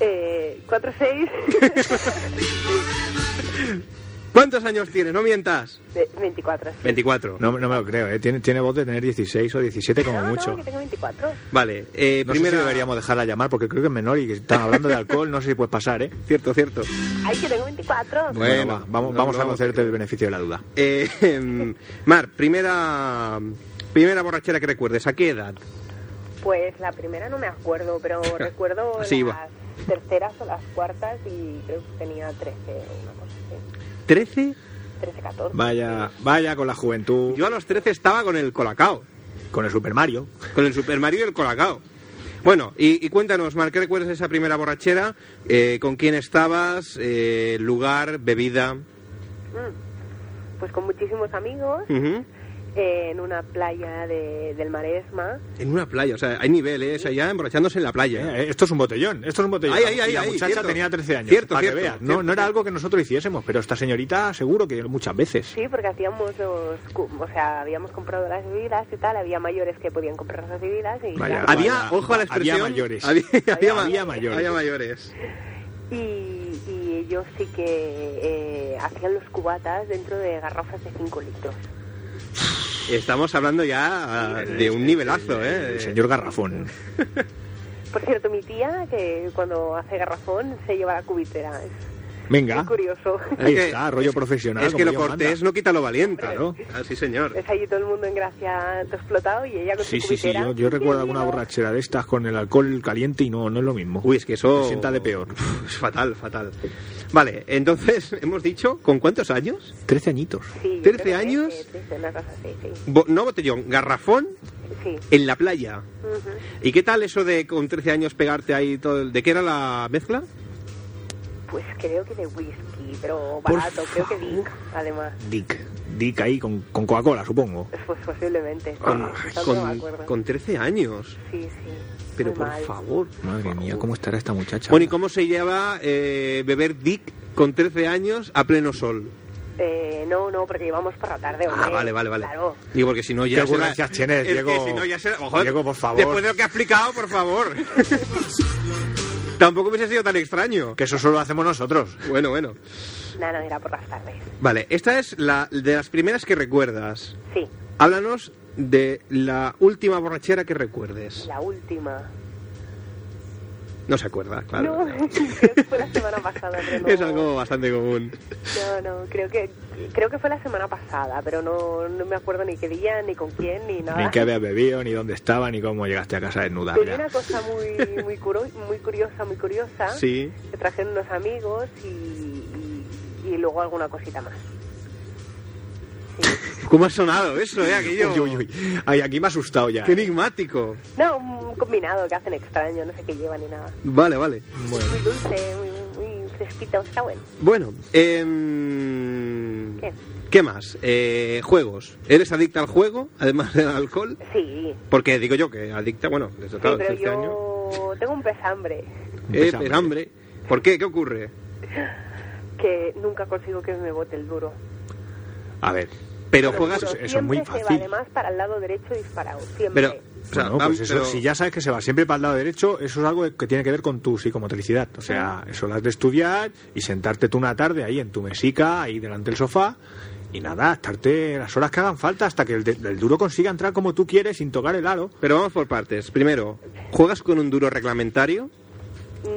Speaker 3: Eh, 4-6...
Speaker 1: ¿Cuántos años tienes? No mientas.
Speaker 3: de- 24. sí.
Speaker 1: 24.
Speaker 2: No, no me lo creo, ¿eh? tiene, tiene voz de tener 16 o 17 como
Speaker 3: no,
Speaker 2: mucho.
Speaker 3: no, que tengo 24.
Speaker 1: Vale, eh,
Speaker 2: No sé
Speaker 1: primero
Speaker 2: si deberíamos dejarla llamar porque creo que es menor y que están hablando de alcohol, no sé si puedes pasar, ¿eh?
Speaker 1: Cierto, cierto.
Speaker 3: Ay, que tengo 24.
Speaker 1: Bueno,
Speaker 2: va, vamos,
Speaker 1: no,
Speaker 2: vamos
Speaker 1: no,
Speaker 2: a concederte el beneficio de la duda.
Speaker 1: Eh, em, Mar, primera primera borrachera que recuerdes, ¿a qué edad?
Speaker 3: Pues la primera no me acuerdo, pero recuerdo
Speaker 1: Sí,
Speaker 3: las
Speaker 1: va.
Speaker 3: terceras o las cuartas y creo que tenía 13 o una cosa así.
Speaker 1: ¿13?
Speaker 3: 13, 14.
Speaker 2: Vaya, vaya con la juventud,
Speaker 1: Yo a los 13 estaba con el colacao,
Speaker 2: con el Super Mario.
Speaker 1: con el Super Mario y el colacao. Bueno, y, y cuéntanos, Mar, ¿qué recuerdas de esa primera borrachera? Eh, ¿Con quién estabas? Eh, ¿Lugar? ¿Bebida?
Speaker 3: Mm. pues con muchísimos amigos
Speaker 1: Ujú.
Speaker 3: eh, en una playa de, del Maresma.
Speaker 1: En una playa, o sea, hay niveles allá emborrachándose en la playa.
Speaker 2: Eh, Esto es un botellón, esto es un botellón.
Speaker 1: Ahí, ahí, ahí,
Speaker 2: y la
Speaker 1: ahí,
Speaker 2: muchacha
Speaker 1: cierto.
Speaker 2: tenía 13 años.
Speaker 1: Cierto,
Speaker 2: para que
Speaker 1: cierto,
Speaker 2: veas. No,
Speaker 1: cierto,
Speaker 2: no era
Speaker 1: cierto.
Speaker 2: algo que nosotros hiciésemos, pero esta señorita seguro que muchas veces.
Speaker 3: Sí, porque hacíamos los, cu- o sea, habíamos comprado las bebidas y tal, había mayores que podían comprar las bebidas y,
Speaker 2: Vaya,
Speaker 3: claro,
Speaker 1: Había,
Speaker 2: Había-
Speaker 1: ojo a la
Speaker 2: había
Speaker 1: expresión.
Speaker 2: mayores.
Speaker 1: Había, había ma-
Speaker 2: Había mayores.
Speaker 1: había mayores.
Speaker 3: y, y ellos sí que eh, hacían los cubatas dentro de garrafas de 5 litros.
Speaker 1: Estamos hablando ya ah, de un nivelazo, ¿eh?
Speaker 2: El señor Garrafón.
Speaker 3: Por cierto, mi tía, que cuando hace garrafón, se lleva la cubitera. Es
Speaker 2: Venga.
Speaker 3: muy curioso.
Speaker 2: Ahí
Speaker 1: Es que-
Speaker 2: está, rollo profesional.
Speaker 1: Es que
Speaker 2: como
Speaker 1: lo
Speaker 2: Dios
Speaker 1: cortés
Speaker 2: manda.
Speaker 1: no quita lo valiente.
Speaker 2: Claro.
Speaker 1: Así, señor.
Speaker 3: Es allí todo el mundo en gracia todo explotado y ella con
Speaker 2: Sí,
Speaker 3: su
Speaker 2: sí, sí.
Speaker 3: cubitera.
Speaker 2: Yo, yo recuerdo alguna
Speaker 3: Sí,
Speaker 2: borrachera de estas con el alcohol caliente y no, no es lo mismo.
Speaker 1: Uy, es que eso.
Speaker 2: Me sienta de peor.
Speaker 1: Es fatal, fatal. Vale, entonces, hemos dicho, ¿con cuántos años?
Speaker 2: 13 añitos.
Speaker 3: Sí,
Speaker 1: 13
Speaker 3: yo creo que
Speaker 1: años.
Speaker 3: sí, sí, una cosa así, sí.
Speaker 1: Bo- no botellón, garrafón
Speaker 3: Sí.
Speaker 1: en la playa.
Speaker 3: Ujú.
Speaker 1: ¿Y qué tal eso de con 13 años pegarte ahí todo? el- ¿De qué era la mezcla?
Speaker 3: Pues creo que de whisky, pero
Speaker 2: Por
Speaker 3: barato, creo que Dink, además.
Speaker 2: Dick. Dick ahí con, con Coca-Cola, supongo.
Speaker 3: Pues posiblemente.
Speaker 1: Con,
Speaker 3: Tanto no me
Speaker 1: con,
Speaker 3: acuerdo.
Speaker 1: con 13 años.
Speaker 3: Sí, sí.
Speaker 1: Pero
Speaker 3: Muy
Speaker 1: por
Speaker 3: mal.
Speaker 1: favor. por
Speaker 2: Madre mía,
Speaker 1: favor.
Speaker 2: ¿cómo estará esta muchacha?
Speaker 1: Bueno, ¿y cómo se lleva eh, beber Dick con 13 años a pleno sol?
Speaker 3: Eh, no, no, porque llevamos para la tarde.
Speaker 1: Ah,
Speaker 3: hombre.
Speaker 1: vale, vale, vale.
Speaker 3: Claro.
Speaker 1: Digo, porque si no ya...
Speaker 2: ¿Qué
Speaker 1: será-
Speaker 2: ocurrencias tienes,
Speaker 1: Es que
Speaker 2: Diego?
Speaker 1: si no ya será- Ojo,
Speaker 2: Diego, por favor.
Speaker 1: Después de lo que ha explicado, por favor. Tampoco hubiese sido tan extraño.
Speaker 2: Que eso solo lo hacemos nosotros.
Speaker 1: Bueno, bueno.
Speaker 3: No, no, era por las tardes.
Speaker 1: Vale, esta es la de las primeras que recuerdas.
Speaker 3: Sí,
Speaker 1: Háblanos de la última borrachera que recuerdes.
Speaker 3: la última.
Speaker 1: No se acuerda, claro.
Speaker 3: No, creo que fue la semana pasada. Pero no,
Speaker 1: Es algo bastante común.
Speaker 3: No, no, creo que, creo que fue la semana pasada, pero no, no me acuerdo ni qué día, ni con quién, ni nada.
Speaker 2: Ni qué habías bebido, ni dónde estaba, ni cómo llegaste a casa desnuda.
Speaker 3: Tenía
Speaker 2: mira.
Speaker 3: una cosa muy, muy, curo- muy curiosa, muy curiosa.
Speaker 1: Sí.
Speaker 3: que trajeron unos amigos y, y- y luego alguna cosita más.
Speaker 1: ¿Cómo ha sonado eso, eh? Aquello...
Speaker 2: Uy, uy, uy. Ay, aquí me ha asustado ya.
Speaker 1: Qué enigmático.
Speaker 3: No, un combinado que hacen extraño, no sé qué lleva ni nada.
Speaker 1: Vale, vale.
Speaker 3: Muy dulce, muy, muy fresquito, está bueno.
Speaker 1: Bueno, em,
Speaker 3: ¿Qué?
Speaker 1: ¿qué más? Eh, juegos. ¿Eres adicta al juego, además del alcohol?
Speaker 3: Sí,
Speaker 1: Porque digo yo que adicta, bueno, desde
Speaker 3: sí,
Speaker 1: claro,
Speaker 3: pero
Speaker 1: 13 años.
Speaker 3: yo tengo un pesambre
Speaker 1: Eh,
Speaker 2: Pesambre.
Speaker 1: pues, hambre. ¿Por qué? ¿Qué ocurre?
Speaker 3: que nunca consigo que me bote el duro.
Speaker 2: A ver.
Speaker 1: Pero
Speaker 2: Pero
Speaker 1: juegas...
Speaker 2: Eso-
Speaker 3: Pero
Speaker 2: eso es muy
Speaker 3: siempre se
Speaker 2: fácil.
Speaker 3: va además para el lado derecho disparado, siempre.
Speaker 1: Pero... o sea,
Speaker 2: Bueno,
Speaker 1: vam-
Speaker 2: pues eso,
Speaker 1: pero-
Speaker 2: si ya sabes que se va siempre para el lado derecho, eso es algo que tiene que ver con tu psicomotricidad. O sea, eso lo has de estudiar y sentarte tú una tarde ahí en tu mesica, ahí delante del sofá, y nada, estarte las horas que hagan falta hasta que el, de- el duro consiga entrar como tú quieres sin tocar el aro.
Speaker 1: pero vamos por partes. Primero, ¿juegas con un duro reglamentario?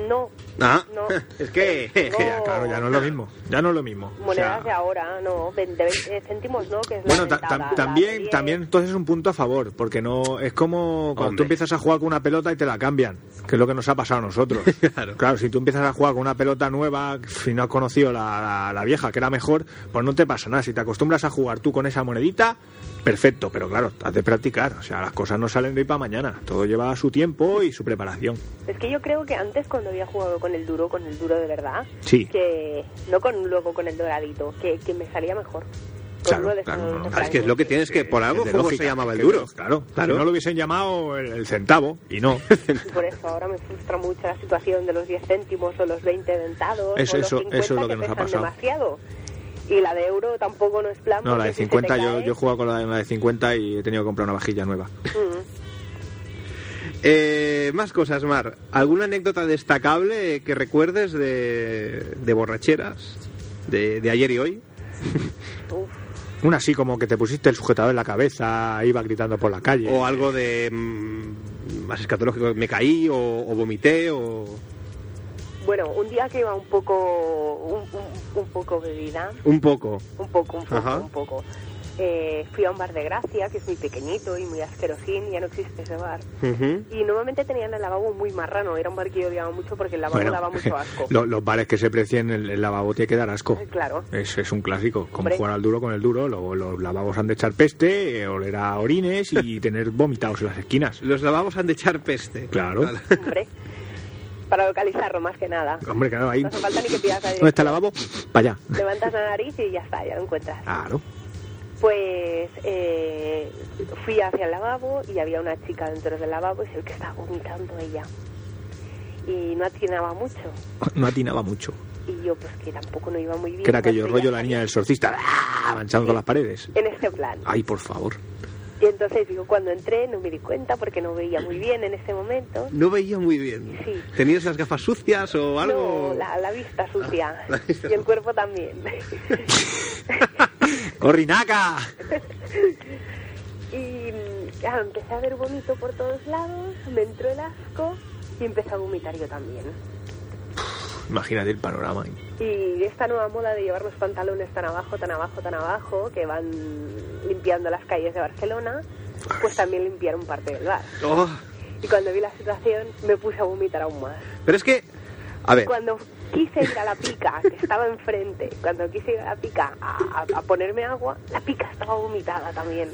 Speaker 3: No,
Speaker 1: Ah,
Speaker 3: No.
Speaker 1: es que...
Speaker 3: Tengo-
Speaker 2: Ya, claro, ya no es lo mismo. Ya no es lo mismo. O sea,
Speaker 3: monedas de ahora, no, de 20 céntimos no, que es la
Speaker 2: Bueno, ta-
Speaker 3: rentada,
Speaker 2: tam-
Speaker 3: la de
Speaker 2: también,
Speaker 3: 10.
Speaker 2: también entonces es un punto a favor, porque no es como cuando
Speaker 1: Hombre.
Speaker 2: tú empiezas a jugar con una pelota y te la cambian, que es lo que nos ha pasado a nosotros.
Speaker 1: Claro.
Speaker 2: si tú empiezas a jugar con una pelota nueva, si no has conocido la, la- la vieja, que era mejor, pues no te pasa nada. Si te acostumbras a jugar tú con esa monedita, perfecto, pero claro, has de practicar. O sea, las cosas no salen de hoy para mañana. Todo lleva su tiempo y su preparación.
Speaker 3: Es que yo creo que antes cuando había jugado con el duro, con el duro de verdad,
Speaker 2: Sí.
Speaker 3: que no con luego con el doradito, que, que me salía mejor. Con
Speaker 2: Claro,
Speaker 3: uno de
Speaker 2: claro,
Speaker 3: esos
Speaker 2: no, no,
Speaker 3: de
Speaker 1: Ah, es que es lo que tienes que... Por algo
Speaker 2: Es de
Speaker 1: juego
Speaker 2: lógica,
Speaker 1: se llamaba el
Speaker 2: que-
Speaker 1: duro.
Speaker 2: Claro,
Speaker 1: Claro.
Speaker 2: Si no lo hubiesen llamado el- el centavo, y no.
Speaker 3: Y por eso ahora me frustra mucho la situación de los 10 céntimos o los 20 dentados
Speaker 2: Eso-
Speaker 3: o los
Speaker 2: eso-
Speaker 3: 50
Speaker 2: eso es lo que nos ha
Speaker 3: pesan
Speaker 2: pasado.
Speaker 3: demasiado. Y la de euro tampoco no es plan.
Speaker 2: No, la
Speaker 3: porque
Speaker 2: de
Speaker 3: si se te
Speaker 2: 50, yo,
Speaker 3: cae-
Speaker 2: yo he jugado con la de, la de 50 y he tenido que comprar una vajilla nueva.
Speaker 3: Mm.
Speaker 1: Eh, más cosas, Mar. ¿Alguna anécdota destacable que recuerdes de, de borracheras? De, de ayer y hoy.
Speaker 3: mm, Uf,
Speaker 2: Una así como que te pusiste el sujetador en la cabeza, iba gritando por la calle.
Speaker 1: ¿O algo de mm, más escatológico? ¿Me caí o, o vomité? O...
Speaker 3: Bueno, un día que iba un poco, un, un- un poco bebida,
Speaker 1: Un poco.
Speaker 3: un poco, un poco,
Speaker 1: Ajá.
Speaker 3: un poco. Eh, fui a un bar de Gracia, que es muy pequeñito y muy asquerosín, ya no existe ese bar.
Speaker 1: Ujú.
Speaker 3: Y normalmente tenían el lavabo muy marrano, era un bar que yo odiaba mucho porque el lavabo
Speaker 2: Bueno,
Speaker 3: daba mucho asco.
Speaker 2: lo- los bares que se precien, el, el lavabo tiene que dar asco.
Speaker 3: Eh, Claro.
Speaker 2: Es, es un clásico, como
Speaker 3: Hombre.
Speaker 2: jugar al duro con el duro, luego los lavabos han de echar peste, eh, oler a orines y tener vomitados en las esquinas.
Speaker 1: Los lavabos han de echar peste.
Speaker 2: Claro.
Speaker 3: Hombre. Para localizarlo, más que nada.
Speaker 2: Hombre, claro, ahí.
Speaker 3: No hace falta ni que pidas la
Speaker 2: ¿Dónde está el lavabo? Para allá.
Speaker 3: Levantas la nariz y ya está, ya lo encuentras.
Speaker 2: Claro.
Speaker 3: Pues eh, fui hacia el lavabo y había una chica dentro del lavabo y es el que estaba vomitando ella. Y no atinaba mucho.
Speaker 2: No atinaba mucho.
Speaker 3: Y yo, pues que tampoco no iba muy bien.
Speaker 2: Que era aquello
Speaker 3: entonces ya
Speaker 2: rollo la niña Ah. del exorcista, ¡ah! avanzando las paredes.
Speaker 3: En este plan.
Speaker 2: Ay, por favor.
Speaker 3: Y entonces digo, cuando entré no me di cuenta porque no veía muy bien en ese momento.
Speaker 2: No veía muy bien.
Speaker 3: Sí.
Speaker 2: ¿Tenías las gafas sucias o algo? Ah,
Speaker 3: No, la, la vista sucia.
Speaker 2: la vista
Speaker 3: y el cuerpo también.
Speaker 2: ¡Corrinaca!
Speaker 3: y mm, claro, empecé a ver vómito por todos lados, me entró el asco y empecé a vomitar yo también.
Speaker 2: Imagínate el panorama.
Speaker 3: Y esta nueva moda de llevar los pantalones tan abajo, tan abajo, tan abajo, que van limpiando las calles de Barcelona, pues también limpiaron parte del bar.
Speaker 2: Oh,
Speaker 3: Y cuando vi la situación me puse a vomitar aún más.
Speaker 2: pero es que, a ver,
Speaker 3: Cuando quise ir a la pica, que estaba enfrente, cuando quise ir a la pica a, a- a ponerme agua, la pica estaba vomitada también.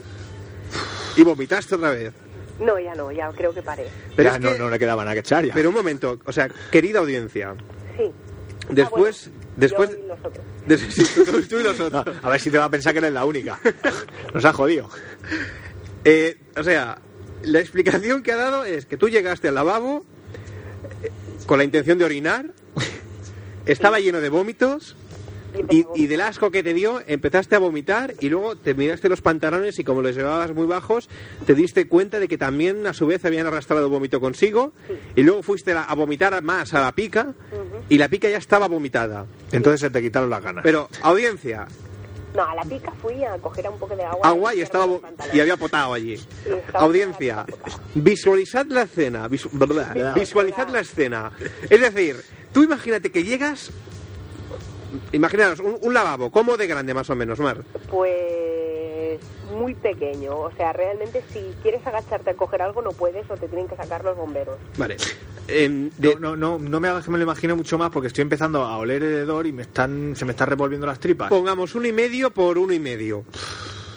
Speaker 1: Y vomitaste otra vez.
Speaker 3: No, ya no, ya creo que paré.
Speaker 1: Pero,
Speaker 2: ya
Speaker 1: es
Speaker 2: no,
Speaker 1: que-
Speaker 2: no le quedaba nada que echar ya.
Speaker 1: pero un momento, o sea, querida audiencia,
Speaker 3: Sí.
Speaker 1: después...
Speaker 3: Ah, bueno,
Speaker 1: después
Speaker 3: yo y los otros.
Speaker 1: des- sí, tú- tú y los
Speaker 2: No,
Speaker 1: otros.
Speaker 2: a ver si te va a pensar que eres la única. Nos ha jodido.
Speaker 1: Eh, o sea, la explicación que ha dado es que tú llegaste al lavabo eh, con la intención de orinar, estaba lleno de vómitos y, y del asco que te dio empezaste a vomitar y luego te miraste los pantalones y como los llevabas muy bajos te diste cuenta de que también a su vez habían arrastrado vómito consigo y luego fuiste a- a vomitar más a la pica y la pica ya estaba vomitada.
Speaker 2: Entonces se te quitaron las ganas.
Speaker 1: Pero audiencia,
Speaker 3: No, a la pica fui a coger un poco de agua.
Speaker 1: agua y estaba
Speaker 3: limpiarme los
Speaker 1: y
Speaker 3: pantalones.
Speaker 1: había potado allí.
Speaker 3: estaba-
Speaker 1: Audiencia, visualizad la escena, visu- visualizad la escena. Es decir, tú imagínate que llegas, imaginaros un, un lavabo, ¿cómo de grande más o menos, Mar?
Speaker 3: Pues muy pequeño. O sea, realmente si quieres agacharte a coger algo no puedes o te tienen que sacar los bomberos.
Speaker 1: Vale. Em, de-
Speaker 2: No, no, no, no me hagas que me lo imagino mucho más porque estoy empezando a oler el hedor y me están, se me están revolviendo las tripas.
Speaker 1: Pongamos uno y medio por uno y medio.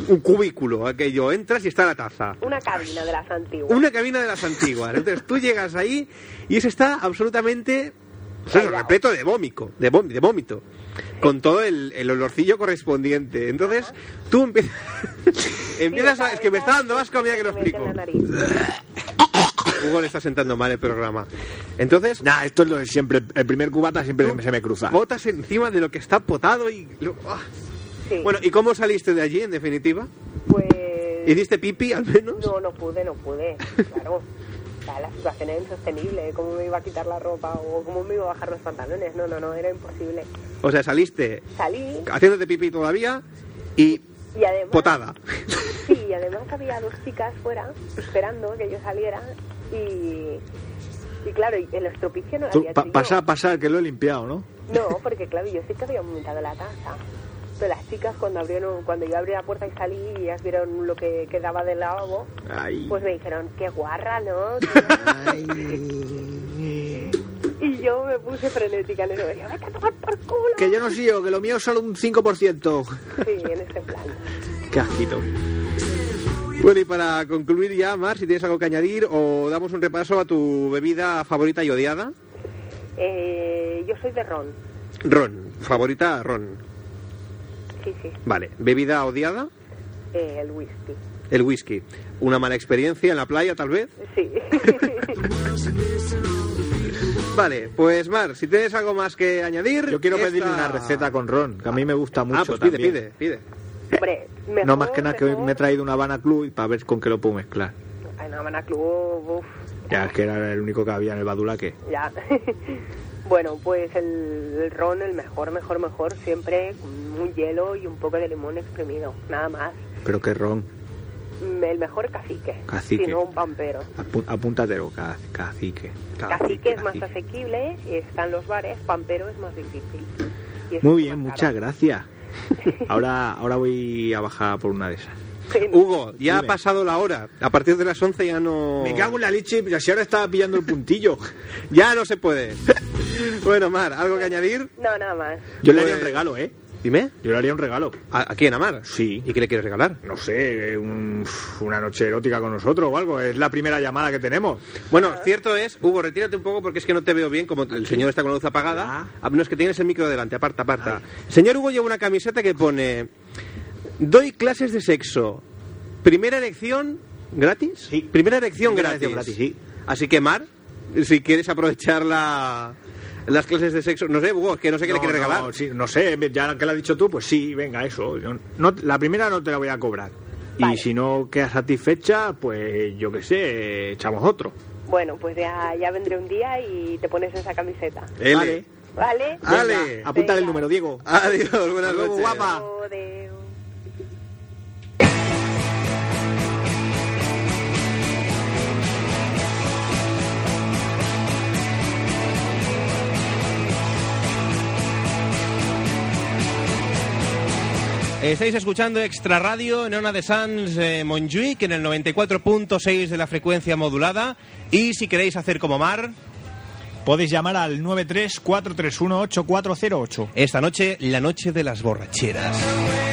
Speaker 1: Un cubículo, aquello, entras y está la taza.
Speaker 3: Una cabina de las antiguas.
Speaker 1: Una cabina de las antiguas. Entonces tú llegas ahí y eso está absolutamente pues eso, repleto de vómico, de, vómi- de vómito, con todo el, el olorcillo correspondiente. Entonces tú empiezas, empiezas a... Es que me está dando asco a medida que lo
Speaker 3: Me meten
Speaker 1: explico.
Speaker 3: la nariz.
Speaker 1: Hugo le está sentando mal el programa. Entonces
Speaker 2: Nah, ah, esto es lo de siempre. El primer cubata siempre se me cruza.
Speaker 1: botas encima de lo que está potado y... lo- ¡ah!
Speaker 3: Sí.
Speaker 1: Bueno, ¿y cómo saliste de allí en definitiva?
Speaker 3: pues...
Speaker 1: ¿Hiciste pipi al menos?
Speaker 3: No, no pude, no pude, claro. O sea, la situación era insostenible, cómo me iba a quitar la ropa o cómo me iba a bajar los pantalones, no, no, no, era imposible.
Speaker 1: O sea, saliste
Speaker 3: Salí
Speaker 1: haciéndote pipi todavía y
Speaker 3: y además...
Speaker 1: potada.
Speaker 3: Sí, y además había dos chicas fuera esperando que yo saliera y... Y claro, y el estropicio no lo había hecho yo.
Speaker 2: pasar, pasar, que lo he limpiado, ¿no?
Speaker 3: No, porque claro, yo sí que había vomitado la taza. Pero las chicas cuando abrieron, cuando yo abrí la puerta y salí y ellas vieron lo que quedaba del lavabo,
Speaker 2: Ay.
Speaker 3: pues me dijeron, qué guarra, ¿no?
Speaker 2: Ay.
Speaker 3: y yo me puse frenética en eso, dije, vete a tomar por culo.
Speaker 2: Que yo no sigo, que lo mío es solo un 5%.
Speaker 3: Sí, en este plan.
Speaker 2: Qué asquito.
Speaker 1: Bueno, y para concluir ya, Mar, si tienes algo que añadir o damos un repaso a tu bebida favorita y odiada.
Speaker 3: Eh, yo soy de ron.
Speaker 1: Ron, favorita, ron.
Speaker 3: Sí, sí.
Speaker 1: Vale, bebida odiada,
Speaker 3: Eh, el whisky.
Speaker 1: el whisky. Una mala experiencia en la playa, tal vez.
Speaker 3: Sí.
Speaker 1: Vale, pues Mar, si tienes algo más que añadir...
Speaker 2: Yo quiero
Speaker 1: esta-
Speaker 2: pedirle una receta con ron, que a mí me gusta mucho.
Speaker 1: Ah, pues pide,
Speaker 2: también.
Speaker 1: pide, pide.
Speaker 3: Hombre, mejor,
Speaker 2: No, más que nada que
Speaker 3: mejor.
Speaker 2: me he traído una Habana Club y para ver con qué lo puedo mezclar.
Speaker 3: Ay, no, Habana Club, uf,
Speaker 2: Ya, es que era el único que había en el Badulaque.
Speaker 3: ya. bueno, pues el, el ron, el mejor, mejor, mejor, siempre con un hielo y un poco de limón exprimido, nada más.
Speaker 2: Pero qué ron.
Speaker 3: Mm, El mejor cacique,
Speaker 2: Cacique.
Speaker 3: si no un pampero.
Speaker 2: Apu- apúntatelo, ca- cacique.
Speaker 3: Cacique es más
Speaker 2: cacique.
Speaker 3: asequible, está en los bares, pampero es más difícil. Y es
Speaker 2: Muy
Speaker 3: mucho
Speaker 2: bien,
Speaker 3: más
Speaker 2: muchas
Speaker 3: caro.
Speaker 2: gracias. Ahora, ahora voy a bajar por una de esas.
Speaker 3: Sí, no.
Speaker 1: Hugo, ya ha
Speaker 2: Dime.
Speaker 1: pasado la hora. A partir de las 11 ya no...
Speaker 2: en la leche, pero si ahora estaba pillando el puntillo.
Speaker 1: Ya no se puede. bueno, Mar, ¿algo que añadir?
Speaker 3: No, nada más.
Speaker 2: Yo le haría un
Speaker 1: Pues-
Speaker 2: regalo, ¿eh?
Speaker 1: Dime.
Speaker 2: Yo le haría un regalo.
Speaker 1: ¿A, a quién, Amar?
Speaker 2: Sí.
Speaker 1: ¿Y qué le quieres regalar?
Speaker 2: No sé, un- una noche erótica con nosotros o algo. Es la primera llamada que tenemos.
Speaker 1: Bueno, cierto es, Hugo, retírate un poco porque es que no te veo bien, como el señor está con la luz
Speaker 2: Ah.
Speaker 1: apagada. A menos que tienes el micro delante, aparta, aparta. Señor Hugo lleva una camiseta que pone: Doy clases de sexo. Primera erección gratis.
Speaker 2: Sí.
Speaker 1: Primera erección
Speaker 2: Primera
Speaker 1: gratis.
Speaker 2: erección gratis, sí.
Speaker 1: Así que, Mar, si quieres aprovechar la- las clases de sexo. No sé, Hugo, es que no sé qué le
Speaker 2: No,
Speaker 1: quieres
Speaker 2: no,
Speaker 1: regalar.
Speaker 2: sí, no sé, ya que lo has dicho tú, pues sí, venga, eso. Yo no- la primera no te la voy a cobrar.
Speaker 3: Vale.
Speaker 2: Y si no quedas satisfecha, pues yo qué sé, echamos otro.
Speaker 3: Bueno, pues ya, ya vendré un día y te pones esa camiseta.
Speaker 1: L.
Speaker 2: Vale.
Speaker 3: ¿Vale?
Speaker 1: Ale.
Speaker 3: Venga.
Speaker 2: Apunta el número, Diego.
Speaker 1: Adiós, buenas
Speaker 2: Hasta luego,
Speaker 1: noches.
Speaker 2: guapa.
Speaker 3: Joder.
Speaker 4: Estáis escuchando Extra Radio en Ona de Sans eh, Montjuic en el 94.6 de la frecuencia modulada. Y si queréis hacer como Mar,
Speaker 5: Podéis llamar al 934318408.
Speaker 4: esta noche, la noche de las borracheras.